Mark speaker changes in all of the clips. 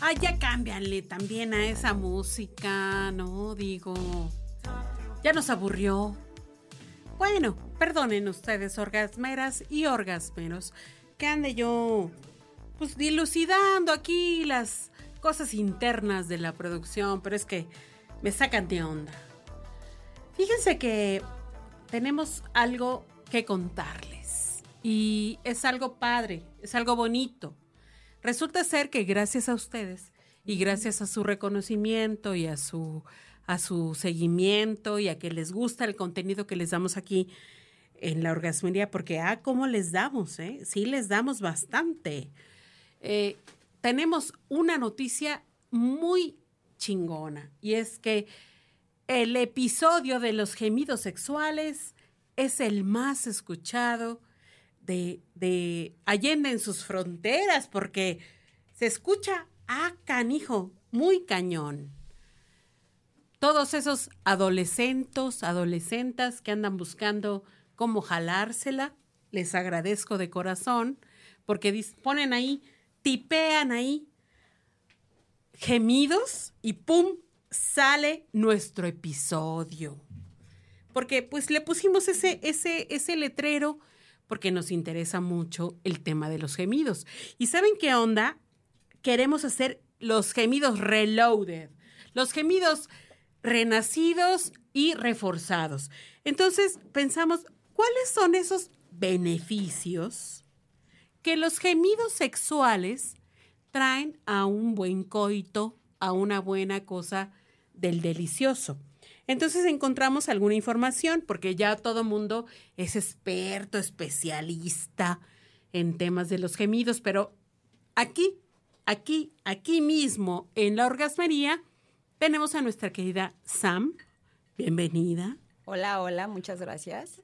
Speaker 1: Ay, ya cámbianle también a esa música, no digo. Ya nos aburrió. Bueno, perdonen ustedes, orgasmeras y orgasmeros, que ande yo pues dilucidando aquí las cosas internas de la producción, pero es que me sacan de onda. Fíjense que tenemos algo que contarles y es algo padre, es algo bonito. Resulta ser que gracias a ustedes y gracias a su reconocimiento y a su a su seguimiento y a que les gusta el contenido que les damos aquí en la orgasmería, porque ah, cómo les damos, ¿eh? Sí les damos bastante. Eh, tenemos una noticia muy chingona y es que el episodio de los gemidos sexuales es el más escuchado de, de Allende en sus fronteras porque se escucha a canijo, muy cañón. Todos esos adolescentes, adolescentas que andan buscando cómo jalársela, les agradezco de corazón porque dis- ponen ahí, tipean ahí gemidos y ¡pum! sale nuestro episodio. Porque pues le pusimos ese, ese, ese letrero porque nos interesa mucho el tema de los gemidos. ¿Y saben qué onda? Queremos hacer los gemidos reloaded, los gemidos renacidos y reforzados. Entonces pensamos, ¿cuáles son esos beneficios que los gemidos sexuales traen a un buen coito, a una buena cosa del delicioso. Entonces encontramos alguna información, porque ya todo mundo es experto, especialista en temas de los gemidos, pero aquí, aquí, aquí mismo, en la orgasmería, tenemos a nuestra querida Sam. Bienvenida.
Speaker 2: Hola, hola, muchas gracias.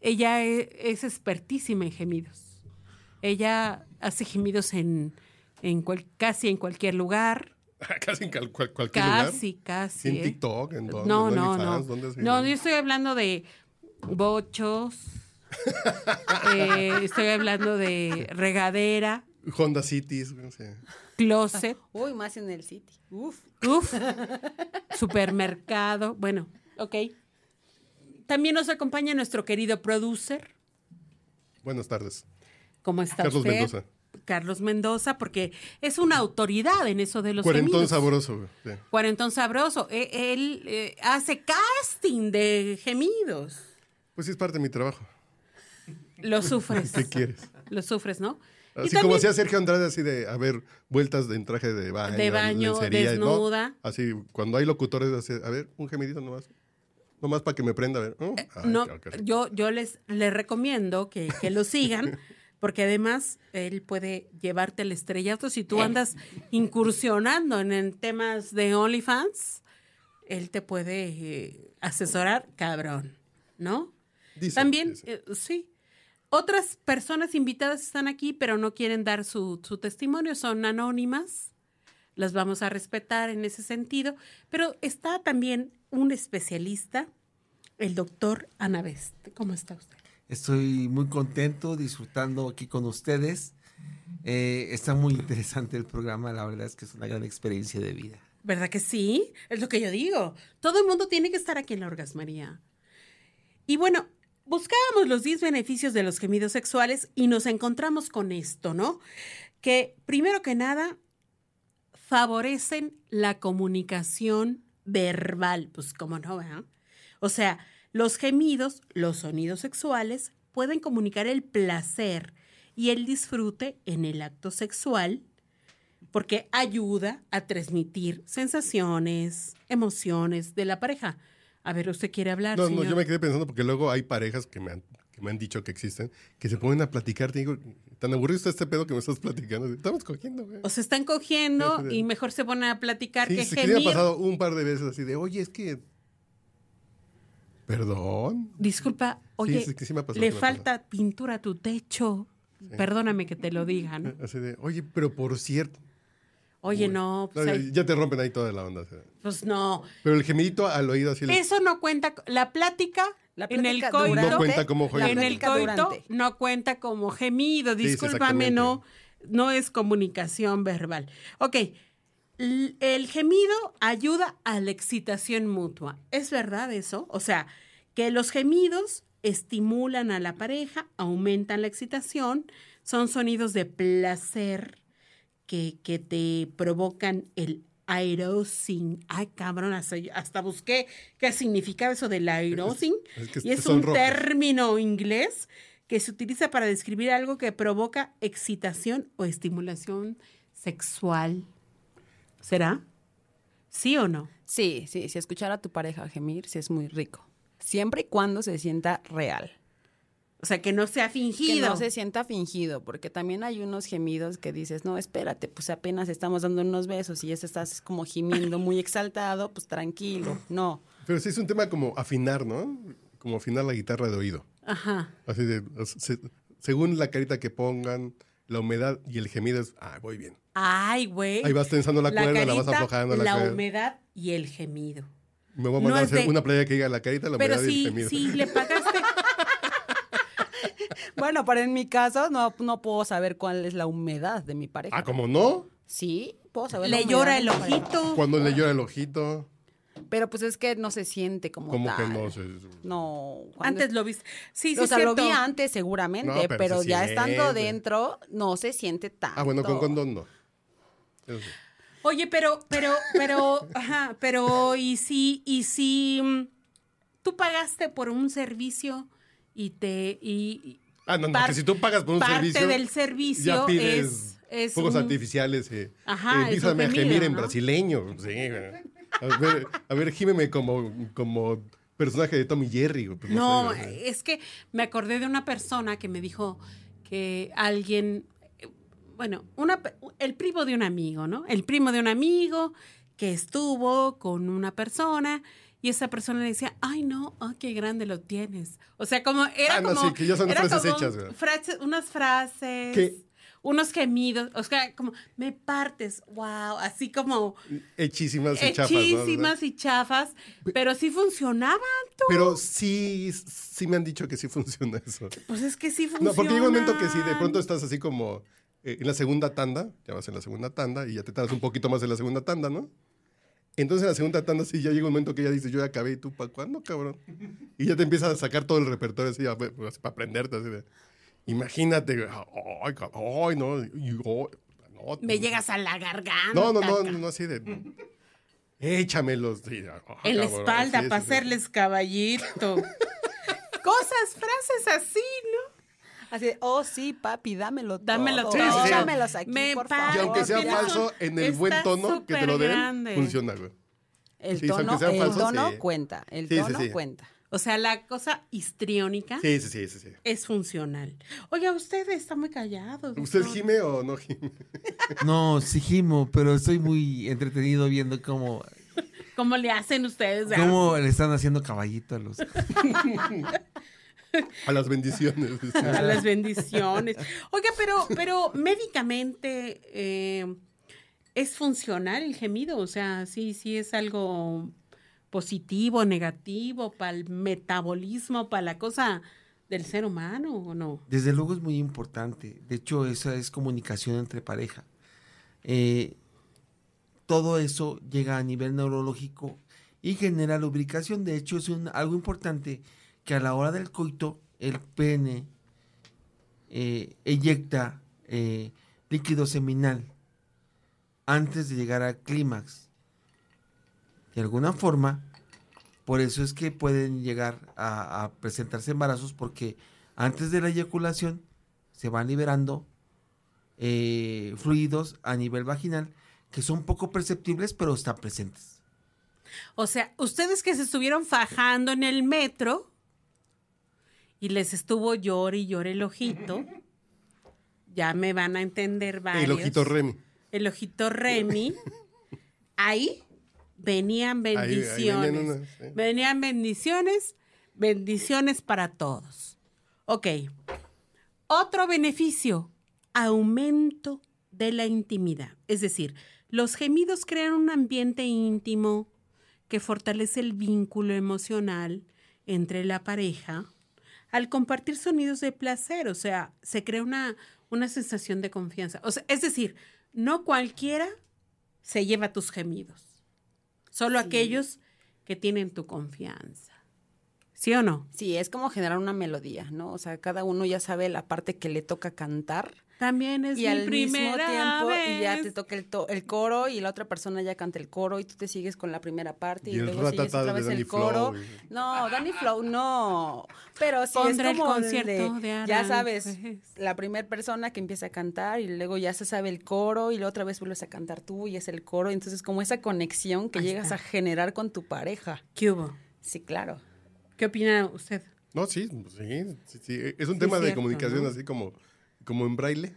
Speaker 1: Ella e- es, expertísima en gemidos. Ella hace gemidos en, en cual- casi en cualquier lugar.
Speaker 3: Casi en cal- cual- cualquier
Speaker 1: Casi, casi. ¿eh?
Speaker 3: lugar. En TikTok, en todo.
Speaker 1: No,
Speaker 3: en
Speaker 1: no, no.
Speaker 3: OnlyFans, ¿dónde se-
Speaker 1: No, yo estoy hablando de bochos. eh, estoy hablando de regadera,
Speaker 3: Honda Cities. güey, sí.
Speaker 1: closet,
Speaker 2: Uy, más en el City. Uf.
Speaker 1: uf, supermercado. Bueno, ok. También nos acompaña nuestro querido producer.
Speaker 3: Buenas tardes.
Speaker 1: ¿Cómo está
Speaker 3: Carlos
Speaker 1: usted?
Speaker 3: Mendoza.
Speaker 1: Carlos Mendoza, porque es una autoridad en eso de los
Speaker 3: Cuarentón
Speaker 1: gemidos.
Speaker 3: sabroso. güey, sí.
Speaker 1: Cuarentón sabroso. Eh, Él eh, hace casting de gemidos.
Speaker 3: Pues sí, es parte de mi trabajo.
Speaker 1: Lo sufres.
Speaker 3: ¿Qué quieres?
Speaker 1: Lo sufres, ¿no? Y
Speaker 3: Así como
Speaker 1: también-
Speaker 3: hacía Sergio Andrade, así de, a ver, vueltas de en traje de baño.
Speaker 1: De baño,
Speaker 3: lencería, y- ¿no?
Speaker 1: desnuda.
Speaker 3: Así, cuando hay locutores, así, a ver, un gemidito nomás. Nomás para que me prenda, a ver. ¿no? Ay,
Speaker 1: Eh, no,
Speaker 3: claro, qué rico.
Speaker 1: yo, yo les, les recomiendo que, que lo sigan, porque además él puede llevarte el estrellato. Si
Speaker 3: Eh.
Speaker 1: tú andas incursionando en, en temas de OnlyFans, él te puede eh, asesorar, cabrón, ¿no?
Speaker 3: Dicen,
Speaker 1: También,
Speaker 3: dicen.
Speaker 1: eh, sí. Otras personas invitadas están aquí, pero no quieren dar su, su testimonio, son anónimas. Las vamos a respetar en ese sentido. Pero está también un especialista, el doctor Ana Best. ¿Cómo está usted?
Speaker 4: Estoy muy contento disfrutando aquí con ustedes. Eh, está muy interesante el programa, la verdad es que es una gran experiencia de vida.
Speaker 1: ¿Verdad que sí? Es lo que yo digo. Todo el mundo tiene que estar aquí en la orgasmaría. Y bueno, buscábamos los 10 beneficios de los gemidos sexuales y nos encontramos con esto, ¿no? Que primero que nada, favorecen la comunicación verbal, pues como no, ¿verdad? O sea, los gemidos, los sonidos sexuales, pueden comunicar el placer y el disfrute en el acto sexual porque ayuda a transmitir sensaciones, emociones de la pareja. A ver, ¿usted quiere hablar?
Speaker 3: No, no,
Speaker 1: señor?
Speaker 3: yo me quedé pensando porque luego hay parejas que me han, que que me han dicho que existen, que se ponen a platicar. Te digo, tan aburrido está este pedo que me estás platicando. Estamos cogiendo, güey.
Speaker 1: O se están cogiendo
Speaker 3: Sí, sí.
Speaker 1: y mejor se ponen a platicar
Speaker 3: Sí,
Speaker 1: que
Speaker 3: sí, que me ha
Speaker 1: gemir.
Speaker 3: pasado un par de veces así de, oye, es que. Perdón.
Speaker 1: Disculpa, oye,
Speaker 3: sí, sí me ha pasado,
Speaker 1: le
Speaker 3: sí me ha pasado.
Speaker 1: falta pintura a tu techo. Perdóname que te lo diga, ¿no?
Speaker 3: Así de, oye, pero por cierto.
Speaker 1: Oye, no, pues,
Speaker 3: No,
Speaker 1: ahí-
Speaker 3: Ya te rompen ahí toda la onda. así de.
Speaker 1: pues no.
Speaker 3: Pero el gemidito al oído así le-
Speaker 1: Eso no cuenta, co- la plática,
Speaker 2: La
Speaker 1: en el
Speaker 2: plática
Speaker 1: coito,
Speaker 3: No cuenta como
Speaker 2: la
Speaker 3: juego.
Speaker 1: en el
Speaker 2: plática
Speaker 1: coito
Speaker 2: durante.
Speaker 1: no cuenta como gemido,
Speaker 3: Sí, sí,
Speaker 1: discúlpame, no, no es comunicación verbal. Ok, l- el gemido ayuda a la excitación mutua, ¿es verdad eso? O sea, que los gemidos estimulan a la pareja, aumentan la excitación, son sonidos de placer que, que te provocan el aerosing. Ay, cabrón, hasta, hasta busqué qué significaba eso del aerosing.
Speaker 3: es que
Speaker 1: y es
Speaker 3: son
Speaker 1: un
Speaker 3: rojos.
Speaker 1: término inglés que se utiliza para describir algo que provoca excitación o estimulación sexual. ¿Será? ¿Sí o no?
Speaker 2: Sí, sí, si escuchar a tu pareja gemir, sí es muy rico. Siempre y cuando se sienta real.
Speaker 1: O sea, que no sea fingido.
Speaker 2: Que no se sienta fingido, porque también hay unos gemidos que dices, no, espérate, pues apenas estamos dando unos besos y ya estás como gimiendo muy exaltado, pues tranquilo, no.
Speaker 3: Pero sí es un tema como afinar, ¿no? Como afinar la guitarra de oído.
Speaker 1: Ajá.
Speaker 3: Así de, se- según la carita que pongan, la humedad y el gemido es, ah, voy bien.
Speaker 1: Ay, güey.
Speaker 3: Ahí vas tensando la, cuerda, la vas
Speaker 1: carita,
Speaker 3: aflojando. La,
Speaker 1: la
Speaker 3: cuerda.
Speaker 1: humedad y el gemido.
Speaker 3: Me voy
Speaker 1: No
Speaker 3: a mandar a
Speaker 1: es
Speaker 3: hacer
Speaker 1: de-
Speaker 3: una playa que diga la carita, la humedad
Speaker 1: Pero
Speaker 3: y el
Speaker 1: si,
Speaker 3: gemido.
Speaker 1: si le pagaste
Speaker 2: Bueno, pero en mi caso no, no puedo saber cuál es la humedad de mi pareja.
Speaker 3: Ah, ¿como no?
Speaker 2: Sí, puedo saber. la
Speaker 1: Le
Speaker 2: humedad
Speaker 1: llora
Speaker 2: de
Speaker 1: el
Speaker 2: mi pareja.
Speaker 1: ojito.
Speaker 3: Cuando le llora el ojito,
Speaker 2: Pero pues es que no se siente como
Speaker 3: como que
Speaker 2: tal.
Speaker 3: no sé.
Speaker 2: No. cuando-
Speaker 1: Antes lo viste. Sí, sí,
Speaker 2: o sea,
Speaker 1: es
Speaker 2: lo vi
Speaker 1: cierto.
Speaker 2: antes seguramente,
Speaker 3: No, pero
Speaker 2: pero,
Speaker 3: se
Speaker 2: ya
Speaker 3: siente.
Speaker 2: estando dentro no se siente tanto.
Speaker 3: Ah, bueno, con condón no. Eso sí.
Speaker 1: Oye, pero, pero, pero, ajá, pero, y si, y si mm, tú pagaste por un servicio y te, y, y
Speaker 3: Ah, no, no,
Speaker 1: Par-
Speaker 3: que si tú pagas por un
Speaker 1: parte
Speaker 3: servicio.
Speaker 1: del servicio
Speaker 3: ya pides
Speaker 1: es- es
Speaker 3: fuegos
Speaker 1: un-
Speaker 3: artificiales. Eh,
Speaker 1: Ajá, es
Speaker 3: Empiezame
Speaker 1: un
Speaker 3: a gemir
Speaker 1: gemido,
Speaker 3: en
Speaker 1: ¿no?
Speaker 3: brasileño. Sí, güey. a ver, a ver, gímeme como, como personaje de Tommy Jerry. güey, pues,
Speaker 1: no, eh,
Speaker 3: sé, güey.
Speaker 1: es que me acordé de una persona que me dijo que alguien, eh, bueno, una, pe- el primo de un amigo, ¿no? El primo de un amigo que estuvo con una persona y esa persona le decía, ay no, ay, qué grande lo tienes. O sea, como era
Speaker 3: Ah, no,
Speaker 1: como,
Speaker 3: sí, que ya son
Speaker 1: era
Speaker 3: frases
Speaker 1: como
Speaker 3: hechas, ¿verdad?
Speaker 1: frases- unas frases.
Speaker 3: ¿Qué?
Speaker 1: Unos gemidos, o sea, como, me partes, wow, así como
Speaker 3: Hechísimas y chafas. ¿no?
Speaker 1: hechísimas y chafas, pero sí funcionaban.
Speaker 3: Pero sí, sí me han dicho que sí funciona eso.
Speaker 1: Pues es que sí funciona.
Speaker 3: No, porque llega un momento que si de pronto estás así como eh, en la segunda tanda, ya vas en la segunda tanda y ya te tardas un poquito más en la segunda tanda, ¿no? Entonces en la segunda tanda sí ya llega un momento que ya dices, yo ya acabé y tú, ¿para cuándo, cabrón? Y ya te empiezas a sacar todo el repertorio así, a ver, pues, para aprenderte, así de, imagínate, güey, ay, cab- ay, no, y- oh, no,
Speaker 1: Me llegas a la garganta.
Speaker 3: No, no, no, no, así de, échamelos. sí, ah,
Speaker 1: En la
Speaker 3: cabrón,
Speaker 1: espalda
Speaker 3: sí, sí,
Speaker 1: para
Speaker 3: sí.
Speaker 1: hacerles caballito. Cosas, frases así, ¿no?
Speaker 2: Así, de, oh sí, papi, dámelo
Speaker 1: Dámelo
Speaker 2: todo.
Speaker 1: todo.
Speaker 3: Sí, sí, sí.
Speaker 2: Échamelos aquí, por
Speaker 1: partes,
Speaker 2: favor.
Speaker 3: Y aunque sea
Speaker 1: tienes
Speaker 3: falso,
Speaker 1: razón,
Speaker 3: en el buen
Speaker 1: está
Speaker 3: tono que te lo den,
Speaker 1: supergrande.
Speaker 3: funciona, güey.
Speaker 2: El
Speaker 3: Sí, aunque
Speaker 2: tono,
Speaker 3: sea
Speaker 2: el
Speaker 3: falso,
Speaker 2: tono
Speaker 3: sí.
Speaker 2: cuenta, el
Speaker 3: Sí, sí,
Speaker 2: tono
Speaker 3: sí.
Speaker 2: cuenta.
Speaker 1: O sea, la cosa histriónica
Speaker 3: Sí, sí, sí, sí, sí.
Speaker 1: es funcional. Oiga, usted está muy callado.
Speaker 3: ¿Usted
Speaker 1: doctor.
Speaker 3: gime o no gime?
Speaker 4: No, sí gimo, pero estoy muy entretenido viendo cómo,
Speaker 1: ¿Cómo le hacen ustedes? ah?
Speaker 4: cómo le están haciendo caballito a los...
Speaker 3: A las bendiciones. dice.
Speaker 1: A las bendiciones. Oiga, pero, pero médicamente eh, es funcional el gemido, o sea, sí, sí es algo positivo, negativo para el metabolismo, para la cosa del ser humano o no.
Speaker 4: Desde luego es muy importante. De hecho, esa es comunicación entre pareja. Eh, todo eso llega a nivel neurológico y genera lubricación. De hecho, es un- algo importante que a la hora del coito, el pene eh, eyecta eh, líquido seminal antes de llegar al clímax. De alguna forma, por eso es que pueden llegar a, a presentarse embarazos porque antes de la eyaculación se van liberando eh, fluidos a nivel vaginal que son poco perceptibles pero están presentes.
Speaker 1: O sea, ustedes que se estuvieron fajando en el metro y les estuvo llore y llore el ojito, ya me van a entender varios.
Speaker 3: El ojito Remy.
Speaker 1: El ojito Remy. Ahí venían
Speaker 3: ahí
Speaker 1: bendiciones.
Speaker 3: venían unas, sí.
Speaker 1: Venían bendiciones, bendiciones para todos. Ok. Otro beneficio, aumento de la intimidad. Es decir, los gemidos crean un ambiente íntimo que fortalece el vínculo emocional entre la pareja al compartir sonidos de placer. O sea, se crea una, una sensación de confianza. O sea, es decir, no cualquiera se lleva tus gemidos. Solo aquellos que tienen tu confianza. ¿Sí o no?
Speaker 2: Sí, es como generar una melodía, ¿no? O sea, cada uno ya sabe la parte que le toca cantar.
Speaker 1: También es
Speaker 2: y
Speaker 1: mi
Speaker 2: al mismo
Speaker 1: primera
Speaker 2: tiempo y ya
Speaker 1: vez.
Speaker 2: te toca el, to- el coro y la otra persona ya canta el coro y tú te sigues con la primera parte y,
Speaker 3: Y el
Speaker 2: luego sigues
Speaker 3: ratatá
Speaker 2: otra
Speaker 3: de
Speaker 2: vez
Speaker 3: Danny
Speaker 2: el coro.
Speaker 3: Flow.
Speaker 2: No, Danny Flow no, pero sí
Speaker 1: Pondré
Speaker 2: es
Speaker 1: el
Speaker 2: como
Speaker 1: concierto
Speaker 2: de-
Speaker 1: de pues.
Speaker 2: ya
Speaker 1: Aranjuez.
Speaker 2: sabes, la primera persona que empieza a cantar y luego ya se sabe el coro y la otra vez vuelves a cantar tú y es el coro, entonces como esa conexión que
Speaker 1: Ahí
Speaker 2: llegas
Speaker 1: está.
Speaker 2: a generar con tu pareja.
Speaker 1: ¿Qué hubo?
Speaker 2: Sí, claro.
Speaker 1: ¿Qué opina usted?
Speaker 3: No, sí, sí, sí, sí. Es un
Speaker 1: Sí,
Speaker 3: tema de
Speaker 1: cierto,
Speaker 3: comunicación
Speaker 1: ¿no?
Speaker 3: así como, como en braille.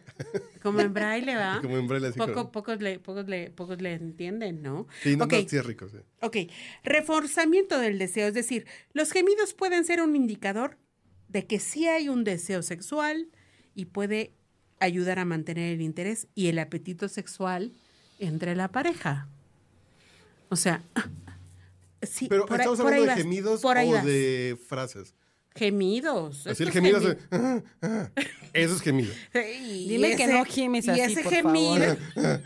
Speaker 1: Como en braille, va.
Speaker 3: Como en braille, así
Speaker 1: Ah, Poco,
Speaker 3: como-
Speaker 1: pocos, le, pocos, le, pocos le entienden, ¿no?
Speaker 3: Sí, no,
Speaker 1: Ok.
Speaker 3: no, sí es rico, sí.
Speaker 1: Ok, reforzamiento del deseo, es decir, los gemidos pueden ser un indicador de que sí hay un deseo sexual y puede ayudar a mantener el interés y el apetito sexual entre la pareja. O sea, sí,
Speaker 3: Pero
Speaker 1: por ahí-
Speaker 3: estamos
Speaker 1: por
Speaker 3: hablando
Speaker 1: ahí
Speaker 3: de
Speaker 1: vas,
Speaker 3: gemidos
Speaker 1: por ahí
Speaker 3: o
Speaker 1: vas.
Speaker 3: de frases.
Speaker 1: gemidos.
Speaker 3: Así
Speaker 1: es
Speaker 3: el
Speaker 1: que
Speaker 3: gemido,
Speaker 1: gemi-
Speaker 3: hace, "Ah, ah". eso es gemido.
Speaker 1: Sí, y
Speaker 2: Dime que
Speaker 1: ese-
Speaker 2: no gimes
Speaker 1: y
Speaker 2: así,
Speaker 1: ese
Speaker 2: por
Speaker 1: gemido-
Speaker 2: favor.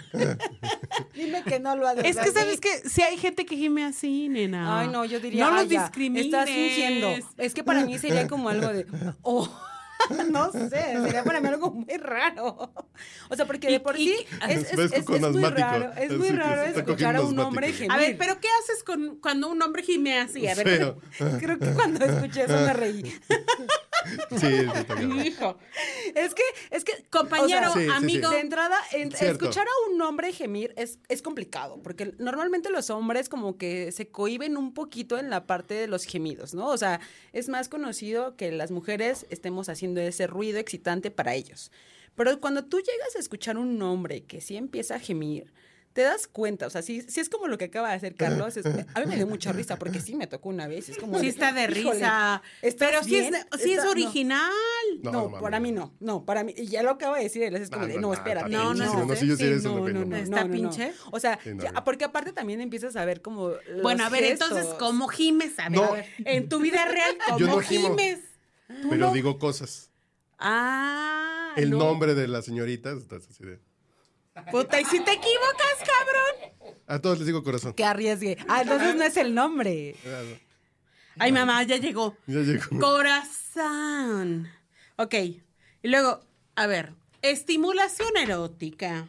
Speaker 2: Dime que no lo hagas.
Speaker 1: Es que sabes que si hay gente que gime así, nena.
Speaker 2: Ay, no, yo diría.
Speaker 1: No
Speaker 2: "Ay,
Speaker 1: los
Speaker 2: ya,
Speaker 1: discrimines.
Speaker 2: Estás fingiendo. Es que para mí sería como algo de. Oh, no sé, sería para mí algo muy raro. O sea, porque
Speaker 1: Y-
Speaker 2: de por
Speaker 1: y-
Speaker 2: sí es, es,
Speaker 3: Ves
Speaker 2: es-
Speaker 3: con
Speaker 2: es muy
Speaker 3: asmático.
Speaker 2: raro. Es
Speaker 3: Así
Speaker 2: muy
Speaker 3: que
Speaker 2: raro
Speaker 3: se está
Speaker 2: escuchar a
Speaker 3: cogiendo
Speaker 2: un hombre
Speaker 3: asmático.
Speaker 2: gemir.
Speaker 1: A ver, pero ¿qué haces con cuando un hombre gime así? A ver,
Speaker 3: Feo.
Speaker 2: Creo que cuando escuché eso me reí.
Speaker 3: Sí, sí, está claro.
Speaker 1: hijo.
Speaker 2: Es que, es que,
Speaker 1: Compañero,
Speaker 2: o sea,
Speaker 3: Sí, sí, sí.
Speaker 1: amigo.
Speaker 2: De entrada, en-
Speaker 3: Cierto.
Speaker 2: escuchar a un hombre gemir es, es complicado, porque normalmente los hombres como que se cohiben un poquito en la parte de los gemidos, ¿no? O sea, es más conocido que las mujeres estemos haciendo ese ruido excitante para ellos. Pero cuando tú llegas a escuchar un hombre que sí empieza a gemir, te das cuenta, o sea, sí, sí es como lo que acaba de hacer Carlos. es- a mí me dio mucha risa porque sí me tocó una vez. Es como
Speaker 1: Sí está de
Speaker 2: "Híjole,
Speaker 1: risa.
Speaker 2: ¿estás
Speaker 1: Pero sí es,
Speaker 2: bien?
Speaker 1: sí es
Speaker 2: Está- no".
Speaker 1: original.
Speaker 2: No,
Speaker 3: No, no mames.
Speaker 2: para mí no. No, para mí. Y ya lo acaba de decir él. Es como
Speaker 3: No,
Speaker 2: de,
Speaker 3: no,
Speaker 2: no,
Speaker 3: no,
Speaker 2: espérate.
Speaker 1: está pinche, no, no,
Speaker 3: si yo sí eres un
Speaker 2: no,
Speaker 3: hombre,
Speaker 2: no,
Speaker 3: no
Speaker 2: no,
Speaker 3: mames.
Speaker 1: ¿Está
Speaker 2: no, no, no.
Speaker 1: pinche?
Speaker 2: O sea,
Speaker 3: Sí, no,
Speaker 2: ya-
Speaker 3: no.
Speaker 2: porque aparte también empiezas a ver como. los
Speaker 1: Bueno, a ver, entonces,
Speaker 2: gestos.
Speaker 1: ¿cómo gimes? A ver,
Speaker 3: No.
Speaker 1: a ver, en tu vida real, ¿cómo
Speaker 3: Yo no gimo.
Speaker 1: gimes? Tú
Speaker 3: Pero
Speaker 1: no-
Speaker 3: digo cosas.
Speaker 1: Ah,
Speaker 3: El
Speaker 1: no.
Speaker 3: nombre de las señoritas. estás así de-
Speaker 1: Puta, y si te equivocas, cabrón.
Speaker 3: A todos les digo corazón.
Speaker 2: Que arriesgue. Ah, entonces no es el nombre.
Speaker 1: Ay, mamá, ya llegó.
Speaker 3: Ya llegó.
Speaker 1: Corazón. Ok. Y luego, a ver, estimulación erótica.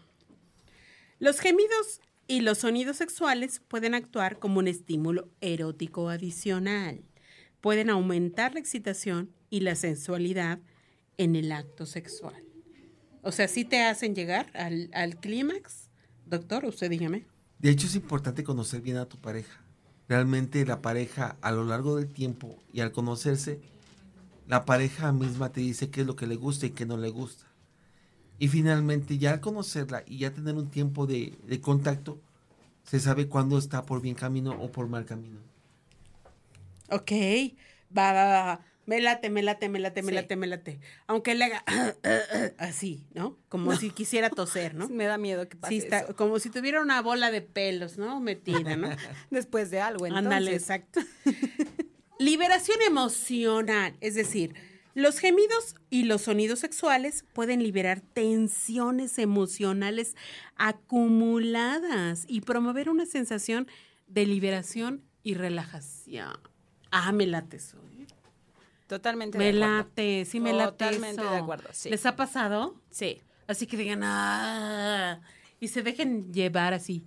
Speaker 1: Los gemidos y los sonidos sexuales pueden actuar como un estímulo erótico adicional. Pueden aumentar la excitación y la sensualidad en el acto sexual. O sea, si te hacen llegar al, al clímax, doctor, usted dígame.
Speaker 4: De hecho, es importante conocer bien a tu pareja. Realmente la pareja a lo largo del tiempo y al conocerse, la pareja misma te dice qué es lo que le gusta y qué no le gusta. Y finalmente, ya al conocerla y ya tener un tiempo de, de contacto, se sabe cuándo está por bien camino o por mal camino.
Speaker 1: Ok, va, va, va, va. Me late, me late, me late, me
Speaker 2: Sí.
Speaker 1: late, me late. Aunque le haga así, ¿no? Como si quisiera toser, ¿no?
Speaker 2: Me da miedo que pase
Speaker 1: Sí, está,
Speaker 2: eso.
Speaker 1: como si tuviera una bola de pelos, ¿no? Metida, ¿no?
Speaker 2: Después de algo, entonces.
Speaker 1: Ándale, exacto. Liberación emocional, es decir, los gemidos y los sonidos sexuales pueden liberar tensiones emocionales acumuladas y promover una sensación de liberación y relajación. Ah, me late eso. ¿eh?
Speaker 2: Totalmente.
Speaker 1: Me
Speaker 2: de acuerdo.
Speaker 1: late, sí me late.
Speaker 2: Totalmente
Speaker 1: eso.
Speaker 2: de acuerdo, sí.
Speaker 1: ¿Les ha pasado?
Speaker 2: Sí.
Speaker 1: Así que digan, ah, y se dejen llevar así.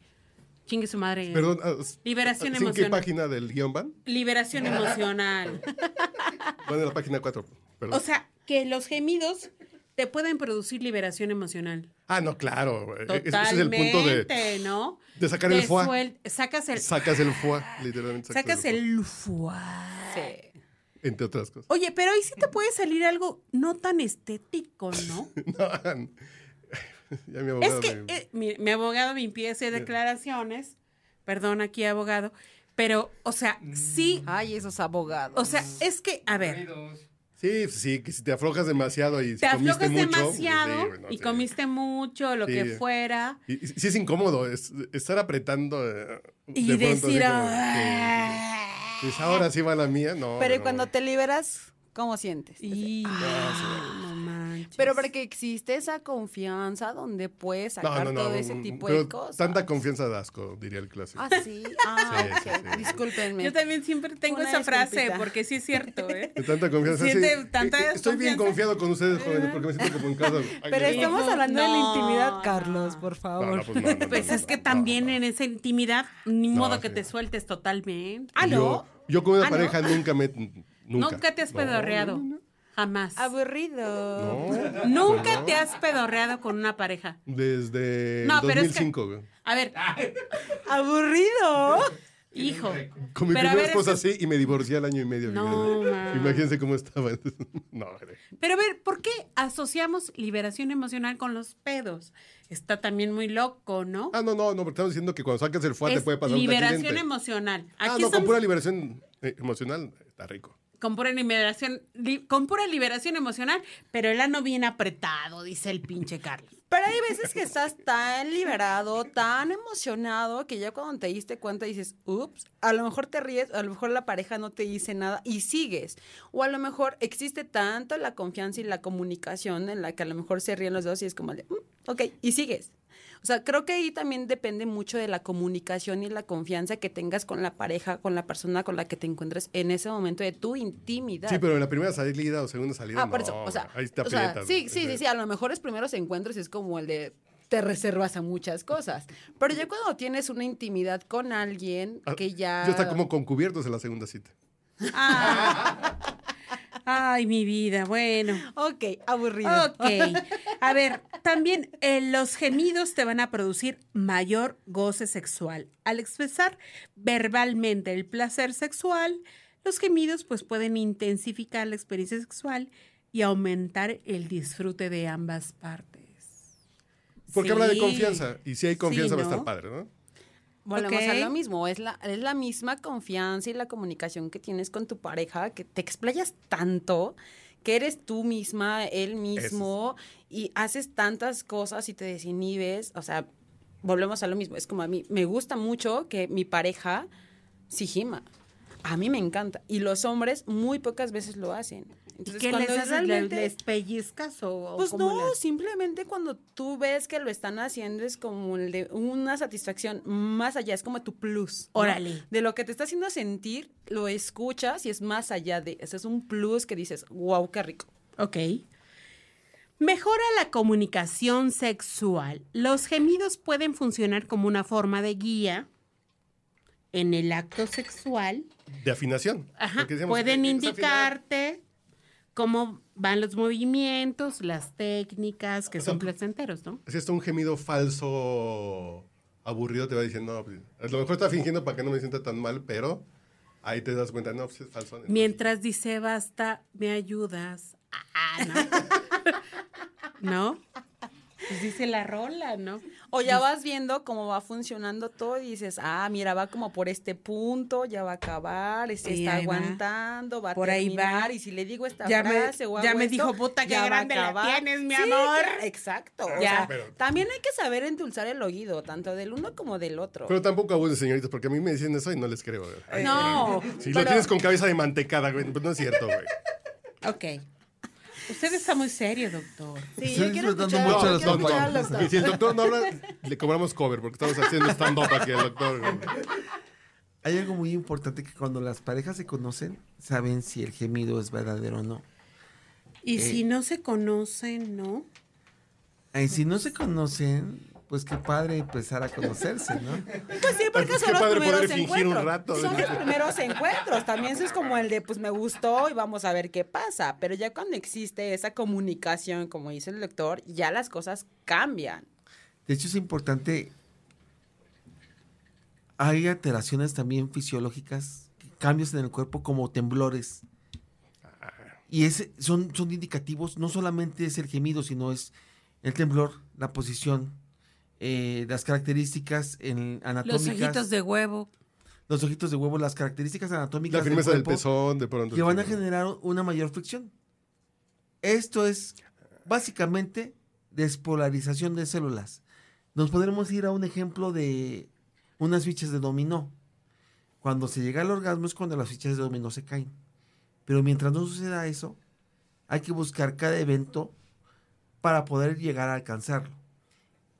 Speaker 1: Chingue su madre.
Speaker 3: Perdón. ah, s-
Speaker 1: Liberación
Speaker 3: ¿sin qué
Speaker 1: emocional.
Speaker 3: página del guión van?
Speaker 1: Liberación emocional.
Speaker 3: Van a la página 4. Perdón.
Speaker 1: O sea, que los gemidos te pueden producir liberación emocional.
Speaker 3: ah, no, claro. eh, Ese
Speaker 1: Totalmente,
Speaker 3: es el punto de...
Speaker 1: ¿no?
Speaker 3: de sacar el
Speaker 1: Te
Speaker 3: fuá.
Speaker 1: suel- Sacas el,
Speaker 3: Sacas el foie, literalmente.
Speaker 1: sacas el fuá.
Speaker 2: Sí.
Speaker 3: entre otras cosas.
Speaker 1: Oye, pero ahí sí te puede salir algo no tan estético, ¿no?
Speaker 3: No, ya mi
Speaker 1: Es
Speaker 3: abogado
Speaker 1: que
Speaker 3: me-
Speaker 1: eh, mi, mi abogado me impide hacer declaraciones, perdón aquí abogado, pero, o sea, sí,
Speaker 5: Ay, esos abogados.
Speaker 1: o sea, es que, a ver,
Speaker 3: Sí, pues sí, que si te aflojas demasiado y
Speaker 1: te
Speaker 3: comiste
Speaker 1: aflojas
Speaker 3: mucho, pues
Speaker 1: demasiado
Speaker 3: sí, bueno,
Speaker 1: y
Speaker 3: sí.
Speaker 1: comiste mucho, lo
Speaker 3: Sí.
Speaker 1: que fuera,
Speaker 3: Y, y sí es incómodo es- estar apretando eh,
Speaker 1: y
Speaker 3: de pronto, así
Speaker 1: decir,
Speaker 3: como que-
Speaker 1: "Ah".
Speaker 3: Pues ahora sí va la mía, no.
Speaker 2: Pero ¿y
Speaker 3: no.
Speaker 2: cuando te liberas, ¿cómo sientes?
Speaker 1: y ay, no manches.
Speaker 2: Pero para que existe esa confianza donde puedes
Speaker 3: No,
Speaker 2: sacar
Speaker 3: no, no,
Speaker 2: todo ese
Speaker 3: mm,
Speaker 2: tipo
Speaker 3: pero
Speaker 2: de cosas.
Speaker 3: Tanta confianza da asco, diría el clásico.
Speaker 2: Ah, sí. Ah,
Speaker 3: Sí, sí,
Speaker 2: ok.
Speaker 3: sí.
Speaker 2: Discúlpenme.
Speaker 1: Yo también siempre tengo
Speaker 2: Una
Speaker 1: esa frase,
Speaker 2: disculpita.
Speaker 1: porque sí es cierto, ¿eh?
Speaker 3: De tanta confianza. sí.
Speaker 1: Siente tanta
Speaker 3: Eh, eh, Estoy bien
Speaker 1: confianza.
Speaker 3: confiado con ustedes, jóvenes, porque me siento como en casa. Ay,
Speaker 2: Pero
Speaker 3: no,
Speaker 2: estamos
Speaker 3: no,
Speaker 2: hablando de la
Speaker 1: No,
Speaker 2: intimidad,
Speaker 1: no.
Speaker 2: Carlos, por
Speaker 3: no, no,
Speaker 2: favor.
Speaker 3: pues no, no, no,
Speaker 1: Pues
Speaker 3: no,
Speaker 1: es que
Speaker 3: no,
Speaker 1: también
Speaker 3: no.
Speaker 1: en esa intimidad, ni
Speaker 3: No,
Speaker 1: modo que
Speaker 3: sí,
Speaker 1: te
Speaker 3: no.
Speaker 1: sueltes totalmente.
Speaker 2: Ah,
Speaker 3: Yo,
Speaker 2: ¿no?
Speaker 3: yo con una
Speaker 2: Ah, ¿no?
Speaker 3: pareja nunca me. Nunca.
Speaker 1: Nunca, te has
Speaker 3: No,
Speaker 1: pedorreado. Jamás.
Speaker 2: Ah, Aburrido.
Speaker 3: No.
Speaker 1: Nunca
Speaker 3: No.
Speaker 1: te has pedorreado con una pareja.
Speaker 3: Desde
Speaker 1: No,
Speaker 3: el
Speaker 1: pero es que-
Speaker 3: 2005, güey.
Speaker 1: A ver,
Speaker 3: Ah,
Speaker 2: Aburrido.
Speaker 1: hijo.
Speaker 3: Con mi
Speaker 1: Pero a
Speaker 3: primera
Speaker 1: ver,
Speaker 3: esposa
Speaker 1: eso-
Speaker 3: sí y me divorcié al año y medio.
Speaker 1: No,
Speaker 3: fíjate.
Speaker 1: man.
Speaker 3: Imagínense cómo estaba. no, güey.
Speaker 1: Pero a ver, ¿por qué asociamos liberación emocional con los pedos? Está también muy loco, ¿no?
Speaker 3: Ah, no, no, no, pero estamos diciendo que cuando sacas el fuá te
Speaker 1: Es
Speaker 3: puede pasar un
Speaker 1: liberación
Speaker 3: accidente.
Speaker 1: emocional.
Speaker 3: Ah,
Speaker 1: Aquí
Speaker 3: no, con
Speaker 1: estamos-
Speaker 3: pura liberación eh, emocional está rico.
Speaker 1: con pura liberación, li- con pura liberación emocional, pero el ano bien apretado, dice el pinche Carlos.
Speaker 2: Pero hay veces que estás tan liberado, tan emocionado, que ya cuando te diste cuenta dices, ups, a lo mejor te ríes, a lo mejor la pareja no te dice nada y sigues. O a lo mejor existe tanto la confianza y la comunicación en la que a lo mejor se ríen los dos y es como, de, "Mm, ok, y sigues. O sea, creo que ahí también depende mucho de la comunicación y la confianza que tengas con la pareja, con la persona con la que te encuentres en ese momento de tu intimidad.
Speaker 3: Sí, pero en la primera salida o segunda salida.
Speaker 2: Ah, por
Speaker 3: no,
Speaker 2: eso, o sea,
Speaker 3: ahí te
Speaker 2: o sea,
Speaker 3: aprietan.
Speaker 2: sí, sí, sí, sí, a lo mejor los primeros encuentros es como el de te reservas a muchas cosas, pero ya cuando tienes una intimidad con alguien
Speaker 3: Ah,
Speaker 2: que ya
Speaker 3: Yo está como con cubiertos en la segunda cita.
Speaker 1: Ah. Ay, mi vida, bueno.
Speaker 2: Ok, aburrido.
Speaker 1: Ok. A ver, también eh, los gemidos te van a producir mayor goce sexual. Al expresar verbalmente el placer sexual, los gemidos pues pueden intensificar la experiencia sexual y aumentar el disfrute de ambas partes.
Speaker 3: Porque habla de
Speaker 1: Sí.
Speaker 3: confianza. Y si hay confianza
Speaker 1: Sí,
Speaker 3: va a
Speaker 1: ¿no?
Speaker 3: estar padre, ¿no?
Speaker 2: Volvemos a
Speaker 1: ok.
Speaker 2: lo mismo, es la, es la misma confianza y la comunicación que tienes con tu pareja, que te explayas tanto, que eres tú misma, él mismo, y haces tantas cosas y te desinhibes, o sea, volvemos a lo mismo, es como a mí, me gusta mucho que mi pareja sí gima, a mí me encanta, y los hombres muy pocas veces lo hacen.
Speaker 1: ¿Y
Speaker 2: Entonces,
Speaker 1: qué les
Speaker 2: cuando es
Speaker 1: haces?
Speaker 2: realmente...
Speaker 1: ¿Les pellizcas o, o
Speaker 2: Pues
Speaker 1: cómo
Speaker 2: no,
Speaker 1: le haces?
Speaker 2: simplemente cuando tú ves que lo están haciendo es como el de una satisfacción más allá, es como tu plus. ¿no?
Speaker 1: Órale.
Speaker 2: De lo que te está haciendo sentir, lo escuchas y es más allá de eso. Es un plus que dices, wow, qué rico.
Speaker 1: Ok. Mejora la comunicación sexual. Los gemidos pueden funcionar como una forma de guía en el acto sexual.
Speaker 3: De afinación.
Speaker 1: Ajá,
Speaker 3: Porque decíamos,
Speaker 1: pueden
Speaker 3: eh, es afinar.
Speaker 1: indicarte cómo van los movimientos, las técnicas que son placenteros, ¿no?
Speaker 3: Así está un gemido falso, aburrido, te va diciendo, no, pues, a lo mejor está fingiendo para que no me sienta tan mal, pero ahí te das cuenta, no, pues es falso. entonces-
Speaker 1: Mientras dice basta, me ayudas. Ah, ¿no? ¿No? Pues dice la rola, ¿no?
Speaker 2: O ya vas viendo cómo va funcionando todo y dices, ah, mira, va como por este punto, ya va a acabar, se
Speaker 1: Sí,
Speaker 2: está
Speaker 1: ahí va.
Speaker 2: aguantando, va a
Speaker 1: Por ahí va.
Speaker 2: terminar, y si le digo esta
Speaker 1: Ya me-
Speaker 2: frase o
Speaker 1: ya
Speaker 2: hago
Speaker 1: me
Speaker 2: esto,
Speaker 1: dijo, puta, qué
Speaker 2: ya va a
Speaker 1: grande la
Speaker 2: acabar".
Speaker 1: tienes, mi
Speaker 2: Sí,
Speaker 1: amor.
Speaker 2: ya- exacto.
Speaker 1: Ya.
Speaker 2: o sea,
Speaker 3: Pero-
Speaker 2: también hay que saber endulzar el oído, tanto del uno como del otro.
Speaker 3: Pero tampoco abusen, señoritas, porque a mí me dicen eso y no les creo. güey. Ay,
Speaker 1: No.
Speaker 3: Si lo
Speaker 2: pero-
Speaker 3: tienes con cabeza de mantecada, güey, pues no es cierto, güey.
Speaker 1: Ok. Usted está muy serio, doctor.
Speaker 2: Sí,
Speaker 4: Estoy
Speaker 2: yo quiero
Speaker 4: disfrutando
Speaker 2: escuchar,
Speaker 4: mucho
Speaker 2: yo
Speaker 4: a los
Speaker 2: quiero
Speaker 4: dos
Speaker 2: escuchar al
Speaker 4: bandos.
Speaker 2: doctor.
Speaker 3: Y si el doctor no habla, le cobramos cover, porque estamos haciendo stand-up aquí al doctor. güey.
Speaker 4: Hay algo muy importante que cuando las parejas se conocen, saben si el gemido es verdadero o no.
Speaker 1: Y si no se conocen, ¿no?
Speaker 4: Eh, si no se conocen, pues qué padre empezar a conocerse, ¿no?
Speaker 2: Pues sí, porque
Speaker 3: Qué
Speaker 2: son los
Speaker 3: padre
Speaker 2: primeros
Speaker 3: poder fingir un
Speaker 2: encuentros.
Speaker 3: rato.
Speaker 2: son los primeros encuentros. También eso es como el de, pues me gustó y vamos a ver qué pasa. Pero ya cuando existe esa comunicación, como dice el doctor, ya las cosas cambian.
Speaker 4: De hecho, es importante. Hay alteraciones también fisiológicas, cambios en el cuerpo como temblores, Y ese, son, son indicativos, no solamente es el gemido, sino es el temblor, la posición, eh, las características en- anatómicas.
Speaker 1: Los ojitos de huevo.
Speaker 4: los ojitos de huevo, las características anatómicas
Speaker 3: La firmeza
Speaker 4: del
Speaker 3: del
Speaker 4: cuerpo
Speaker 3: pezón, de pronto.
Speaker 4: que van a generar una mayor fricción. Esto es básicamente despolarización de células. Nos podremos ir a un ejemplo de unas fichas de dominó. Cuando se llega al orgasmo es cuando las fichas de dominó se caen. Pero mientras no suceda eso, hay que buscar cada evento para poder llegar a alcanzarlo.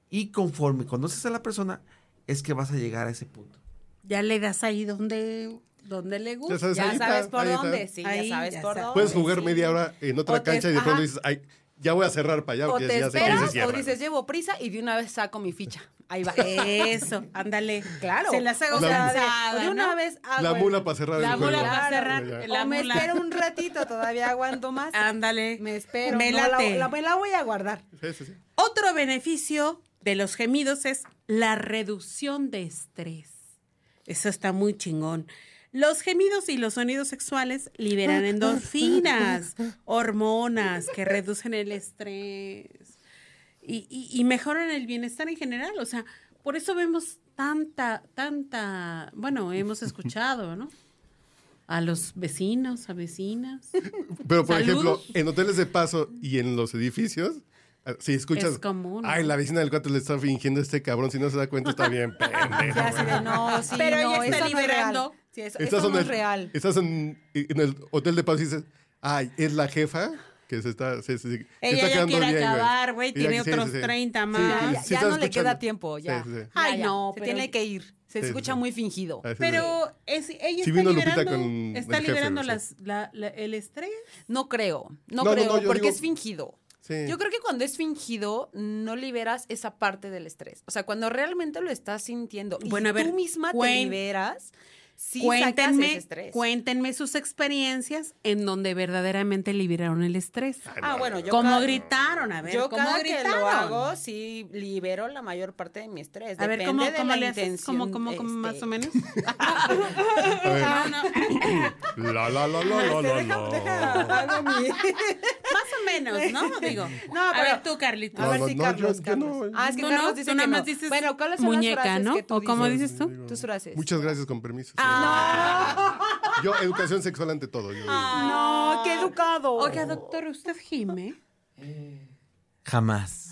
Speaker 4: Y conforme conoces a la persona, es que vas a llegar a ese punto.
Speaker 1: Ya le das ahí donde, donde le gusta.
Speaker 3: Ya sabes,
Speaker 1: Ya sabes.
Speaker 3: ahí está,
Speaker 5: sabes por
Speaker 3: ahí está.
Speaker 5: dónde, sí,
Speaker 1: Ahí,
Speaker 5: ya sabes
Speaker 1: ya
Speaker 5: por
Speaker 1: sabes.
Speaker 5: dónde.
Speaker 3: Puedes jugar
Speaker 5: sí.
Speaker 3: media hora en otra
Speaker 5: O te-
Speaker 3: cancha y de pronto
Speaker 5: ajá.
Speaker 3: dices, ay, ya voy a cerrar para allá.
Speaker 2: O
Speaker 3: porque
Speaker 2: te
Speaker 3: ya sé que ahí se
Speaker 2: esperas o
Speaker 3: cierra,
Speaker 2: dices, llevo prisa y de una vez saco mi ficha. Ahí va.
Speaker 1: Eso, ándale.
Speaker 5: Claro.
Speaker 1: Se las hago
Speaker 3: La-
Speaker 1: cansada,
Speaker 2: de una
Speaker 1: ¿no?
Speaker 2: vez ah, hago
Speaker 3: La
Speaker 2: el-
Speaker 3: mula para cerrar
Speaker 1: "Ah, La
Speaker 3: el juego.
Speaker 1: mula para cerrar.
Speaker 3: Ya.
Speaker 1: la
Speaker 2: o me
Speaker 1: mula.
Speaker 2: espero un ratito, todavía aguanto más.
Speaker 1: Ándale.
Speaker 2: Ah, Me espero.
Speaker 1: Me
Speaker 2: no, la-
Speaker 1: late.
Speaker 2: la- me la voy a guardar.
Speaker 3: Sí, sí, sí.
Speaker 1: Otro beneficio de los gemidos es la reducción de estrés. Eso está muy chingón. Los gemidos y los sonidos sexuales liberan endorfinas, hormonas que reducen el estrés y, y- y mejoran el bienestar en general. O sea, por eso vemos tanta, tanta, bueno, hemos escuchado, ¿no? A los vecinos, a vecinas.
Speaker 3: Pero, por ejemplo,
Speaker 1: Saludos.
Speaker 3: en hoteles de paso y en los edificios, ah, si escuchas.
Speaker 1: Es común, ¿no?
Speaker 3: Ay, la vecina del cuarto le está fingiendo a este cabrón. Si no se da cuenta, está bien pendejo.
Speaker 2: Ya así de, no, sí,
Speaker 1: Ah, Pero
Speaker 2: no,
Speaker 1: ella está
Speaker 2: eso no es
Speaker 1: liberando.
Speaker 2: real. Sí, eso,
Speaker 3: Estás
Speaker 2: eso no
Speaker 3: en
Speaker 2: es
Speaker 3: el-
Speaker 2: real.
Speaker 3: Estás en, en el hotel de paso y dices, ay, es la jefa que se está. se- se- se
Speaker 1: Ella
Speaker 3: está
Speaker 1: ya
Speaker 3: quedando
Speaker 1: quiere
Speaker 3: bien,
Speaker 1: acabar, güey,
Speaker 3: Ella
Speaker 1: tiene
Speaker 3: que- sí,
Speaker 1: otros
Speaker 3: sí, sí.
Speaker 1: 30
Speaker 3: Sí,
Speaker 1: más.
Speaker 3: sí,
Speaker 2: Ya,
Speaker 3: sí
Speaker 2: ya
Speaker 3: estás
Speaker 2: no le queda
Speaker 3: escuchando.
Speaker 2: tiempo, ya.
Speaker 3: Sí, sí, sí.
Speaker 1: Ay, no,
Speaker 2: Se
Speaker 1: pero-
Speaker 2: tiene que ir. Se
Speaker 3: Sí,
Speaker 2: escucha
Speaker 3: sí, sí.
Speaker 2: muy fingido.
Speaker 3: Ah, sí, sí, sí.
Speaker 1: Pero es, ella
Speaker 3: Sí
Speaker 1: está
Speaker 3: vino Lupita
Speaker 1: liberando,
Speaker 3: con
Speaker 1: está
Speaker 3: el jefe,
Speaker 1: liberando
Speaker 3: sí.
Speaker 1: las, la- la- el estrés.
Speaker 2: No creo,
Speaker 3: No,
Speaker 2: no,
Speaker 3: no,
Speaker 2: creo,
Speaker 3: no, yo
Speaker 2: porque
Speaker 3: digo-
Speaker 2: es fingido.
Speaker 3: Sí.
Speaker 2: Yo creo que cuando es fingido, no liberas esa parte del estrés. O sea, cuando realmente lo estás sintiendo y
Speaker 1: Bueno, a ver,
Speaker 2: tú misma
Speaker 1: cuen-
Speaker 2: te liberas, sí sacas ese
Speaker 1: cuéntenme,
Speaker 2: estrés.
Speaker 1: cuéntenme sus experiencias en donde verdaderamente liberaron el estrés.
Speaker 2: Ah, bueno, yo
Speaker 1: ¿Cómo
Speaker 2: cada-
Speaker 1: gritaron? A ver,
Speaker 2: yo
Speaker 1: ¿cómo
Speaker 2: cada que
Speaker 1: gritaron?
Speaker 2: lo hago, sí libero la mayor parte de mi estrés.
Speaker 1: a ver,
Speaker 2: Depende
Speaker 1: ¿cómo,
Speaker 2: de
Speaker 1: cómo
Speaker 2: la
Speaker 1: le haces?
Speaker 2: intención,
Speaker 1: ¿Cómo, cómo, cómo, más
Speaker 2: este,
Speaker 1: o menos?
Speaker 3: A ver.
Speaker 1: No, no, más
Speaker 3: La, la, la, la, la, la, la.
Speaker 2: hago mi-
Speaker 1: o menos, ¿no? Digo,
Speaker 2: No,
Speaker 1: a
Speaker 2: pero-
Speaker 1: ver tú, Carlito.
Speaker 2: A
Speaker 3: No,
Speaker 2: ver
Speaker 3: no,
Speaker 2: si
Speaker 3: no,
Speaker 2: Carlos,
Speaker 3: yo- yo no,
Speaker 2: Carlos.
Speaker 3: yo
Speaker 2: ah, es que
Speaker 1: no.
Speaker 2: Carlos
Speaker 1: No,
Speaker 2: dice
Speaker 1: tú nada
Speaker 2: que no.
Speaker 1: más dices
Speaker 2: bueno, ¿cuáles son
Speaker 1: muñeca,
Speaker 2: las frases
Speaker 1: ¿no?
Speaker 2: que tú
Speaker 1: ¿O cómo
Speaker 2: dices?
Speaker 1: dices tú?
Speaker 2: Tus frases.
Speaker 3: Muchas gracias, con permiso.
Speaker 1: Ah,
Speaker 3: Yo, educación sexual ante todo. yo-
Speaker 2: No, qué educado.
Speaker 1: Oiga, doctor, ¿usted gime?
Speaker 4: Jamás.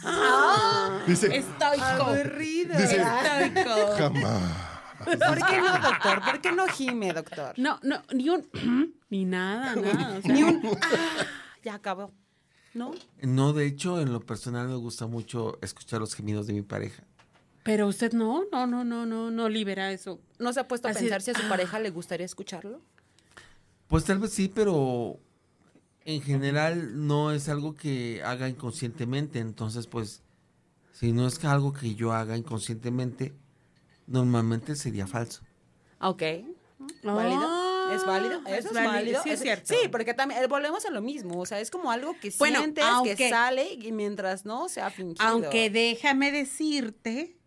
Speaker 3: Dice,
Speaker 1: Estoico.
Speaker 2: aburrido.
Speaker 3: dice,
Speaker 1: Estoico.
Speaker 3: jamás.
Speaker 2: ¿Por qué no, doctor? ¿Por qué no gime, doctor?
Speaker 1: No, no, ni un ni nada, nada. o sea,
Speaker 2: Ni un ah, ya acabó. ¿No?
Speaker 4: No, de hecho, en lo personal me gusta mucho escuchar los gemidos de mi pareja.
Speaker 1: Pero usted no, no, no, no, no, no libera eso.
Speaker 2: ¿No se ha puesto a
Speaker 1: Así-
Speaker 2: pensar si a su pareja le gustaría escucharlo?
Speaker 4: Pues tal vez sí, pero en general no es algo que haga inconscientemente. Entonces, pues, si no es algo que yo haga inconscientemente, normalmente sería falso.
Speaker 2: Ah, Ok. ¿Válido? ¿Es válido?
Speaker 1: Ah,
Speaker 2: Eso es válido.
Speaker 1: Sí, es
Speaker 2: Eso-
Speaker 1: cierto.
Speaker 2: Sí, porque también eh, volvemos a lo mismo. O sea, es como algo que
Speaker 1: Bueno,
Speaker 2: sientes,
Speaker 1: aunque-
Speaker 2: que sale y mientras no sea fingido.
Speaker 1: Aunque déjame decirte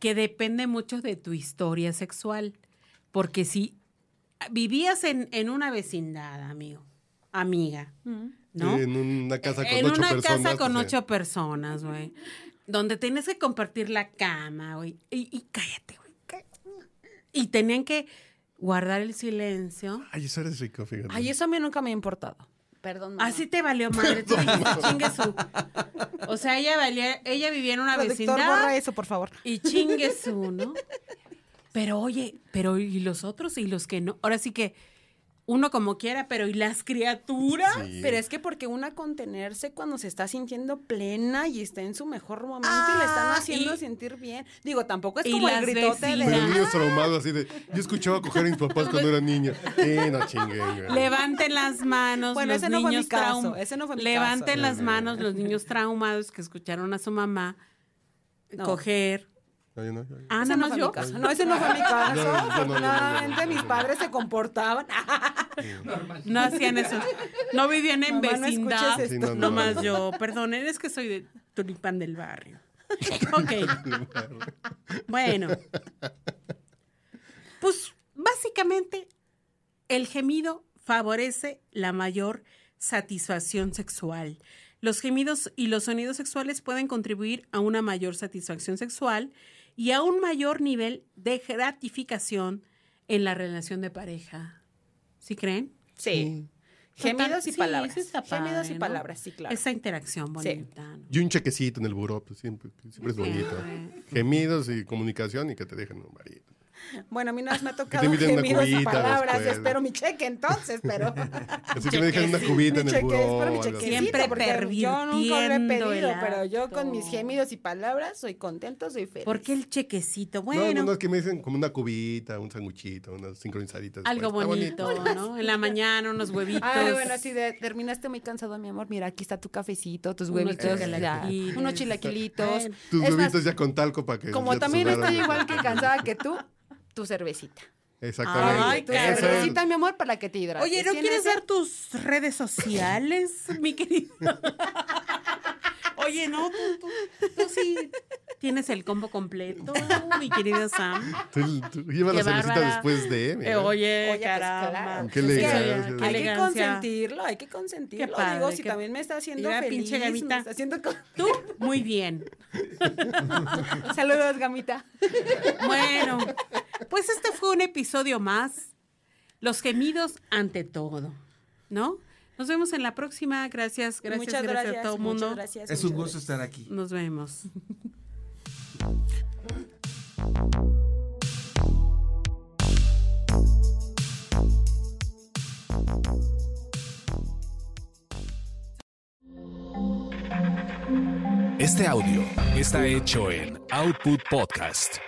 Speaker 1: que depende mucho de tu historia sexual. Porque si vivías en, en una vecindad, amigo, amiga,
Speaker 2: Mm.
Speaker 1: ¿no?
Speaker 3: En una casa con
Speaker 1: en
Speaker 3: ocho
Speaker 1: una
Speaker 3: personas.
Speaker 1: casa con
Speaker 3: pues, eh,
Speaker 1: ocho personas, güey. Donde tienes que compartir la cama, güey. Y, y cállate, güey. cá- Y tenían que guardar el silencio.
Speaker 3: Ay, eso eres rico, fíjate.
Speaker 2: Ay, eso a mí nunca me ha importado. Ah, Perdón, mamá.
Speaker 1: Así te valió madre. tú dijiste, chingue su. O sea, ella, valía- ella vivía en una
Speaker 2: Productor,
Speaker 1: vecindad.
Speaker 2: borra eso, por favor.
Speaker 1: Y chingue su, ¿no? Pero oye, pero ¿y los otros y los que no? Ahora sí que uno como quiera, pero ¿y las criaturas?
Speaker 3: Sí.
Speaker 2: Pero es que porque una contenerse cuando se está sintiendo plena y está en su mejor momento y le están
Speaker 1: Ah,
Speaker 2: haciendo
Speaker 1: y-
Speaker 2: sentir bien. Digo, tampoco es
Speaker 1: y
Speaker 2: como el
Speaker 1: las
Speaker 2: gritote
Speaker 3: Pero
Speaker 1: vecinas.
Speaker 2: de...
Speaker 3: niños traumados así de. Yo escuchaba coger a mis papás cuando era niño. Sí, no chinguen, güey.
Speaker 1: Levanten las manos
Speaker 2: "Ah, Bueno,
Speaker 1: los
Speaker 2: ese no fue mi
Speaker 1: niños
Speaker 2: caso,
Speaker 1: traum-
Speaker 2: ese no fue mi
Speaker 1: Levanten
Speaker 2: caso.
Speaker 1: las manos los niños traumados que escucharon a su mamá
Speaker 2: No.
Speaker 1: coger.
Speaker 3: No, yo no, yo-
Speaker 1: Ah, nada
Speaker 2: Ese no
Speaker 1: más
Speaker 2: fue
Speaker 1: yo.
Speaker 2: mi caso. No, ese no fue mi caso.
Speaker 3: No, no, no, no, no, no, no.
Speaker 2: Afortunadamente mis padres se comportaban.
Speaker 1: No hacían eso. No vivían en
Speaker 2: Mamá, no
Speaker 1: vecindad.
Speaker 2: escuches
Speaker 3: esto. Sí, no, no,
Speaker 1: nomás
Speaker 3: no.
Speaker 1: yo. Perdonen, es que soy de tulipán del barrio. Ok. Bueno. Pues básicamente el gemido favorece la mayor satisfacción sexual. Los gemidos y los sonidos sexuales pueden contribuir a una mayor satisfacción sexual y a un mayor nivel de gratificación en la relación de pareja. ¿Sí creen?
Speaker 2: Sí. Gemidos y
Speaker 1: Sí,
Speaker 2: palabras.
Speaker 1: sí está padre,
Speaker 2: Gemidos y
Speaker 1: ¿no?
Speaker 2: palabras, sí, claro.
Speaker 1: Esa interacción bonita. ¿no?
Speaker 3: Y un chequecito en el buró, pues, siempre, siempre es bonito. Gemidos y comunicación y que te dejen un marido.
Speaker 2: Bueno, a mí no me ha
Speaker 3: te
Speaker 2: tocado
Speaker 3: inviten una
Speaker 2: gemidos y
Speaker 3: cubita
Speaker 2: palabras.
Speaker 3: después.
Speaker 2: Espero mi cheque entonces, pero.
Speaker 3: Así que me dejan una cubita en
Speaker 2: mi
Speaker 3: el
Speaker 2: Ah, cheque,
Speaker 3: buró.
Speaker 2: espero mi
Speaker 3: o algo así.
Speaker 2: chequecito,
Speaker 1: Siempre
Speaker 2: porque yo nunca lo he
Speaker 1: pervirtiendo
Speaker 2: pedido,
Speaker 1: el
Speaker 2: pero yo con mis
Speaker 1: acto.
Speaker 2: gemidos y palabras soy contento, soy feliz.
Speaker 1: ¿Por qué el chequecito?
Speaker 3: No,
Speaker 1: Bueno,
Speaker 3: no, no, es que me dicen como una cubita, un sanguchito, unas sincronizaditas.
Speaker 1: algo
Speaker 3: Está
Speaker 1: bonito, ¿no? En la mañana unos huevitos.
Speaker 2: Ah, bueno, así de terminaste muy cansado, mi amor. Mira, aquí está tu cafecito, tus
Speaker 1: Unos
Speaker 2: huevitos, ya,
Speaker 1: chilaquiles.
Speaker 2: unos chilaquilitos.
Speaker 1: Bueno.
Speaker 3: Tus
Speaker 2: Es más,
Speaker 3: bebitos ya con talco para que. ya
Speaker 2: Como
Speaker 3: te
Speaker 2: también
Speaker 3: sobraran.
Speaker 2: estoy igual que cansada que tú, tu cervecita.
Speaker 3: Exactamente.
Speaker 1: Ay,
Speaker 2: tu
Speaker 3: Ese-
Speaker 2: cervecita, mi amor, para que te hidrates.
Speaker 1: Oye, ¿no
Speaker 2: Tienes
Speaker 1: quieres
Speaker 2: el-
Speaker 1: dar tus redes sociales, mi querido? Oye, no, tú, tú- tú sí tienes el combo completo, mi querida Sam.
Speaker 3: Tú, tú lleva
Speaker 1: Qué
Speaker 3: la cervecita
Speaker 1: bárbara.
Speaker 3: después de. mira.
Speaker 1: Eh, oye,
Speaker 2: Oye, pues,
Speaker 1: caramba.
Speaker 2: claro.
Speaker 3: Qué
Speaker 2: Es que
Speaker 3: elegancia.
Speaker 2: hay-
Speaker 3: qué
Speaker 2: Hay que
Speaker 1: elegancia.
Speaker 2: consentirlo, hay que consentirlo.
Speaker 1: Qué padre,
Speaker 2: Digo, si
Speaker 1: qué-
Speaker 2: también me está haciendo
Speaker 1: Mira,
Speaker 2: feliz,
Speaker 1: pinche gamita.
Speaker 2: me está haciendo con-
Speaker 1: Tú, muy bien.
Speaker 2: Saludos, gamita.
Speaker 1: Bueno, pues este fue un episodio más. Los gemidos ante todo, ¿no? Nos vemos en la próxima. Gracias, gracias,
Speaker 2: muchas gracias,
Speaker 1: a todo el
Speaker 2: muchas
Speaker 1: mundo.
Speaker 2: gracias,
Speaker 4: Es un
Speaker 2: muchas
Speaker 4: gusto estar aquí.
Speaker 1: Nos vemos.
Speaker 5: Este audio está hecho en Output Podcast.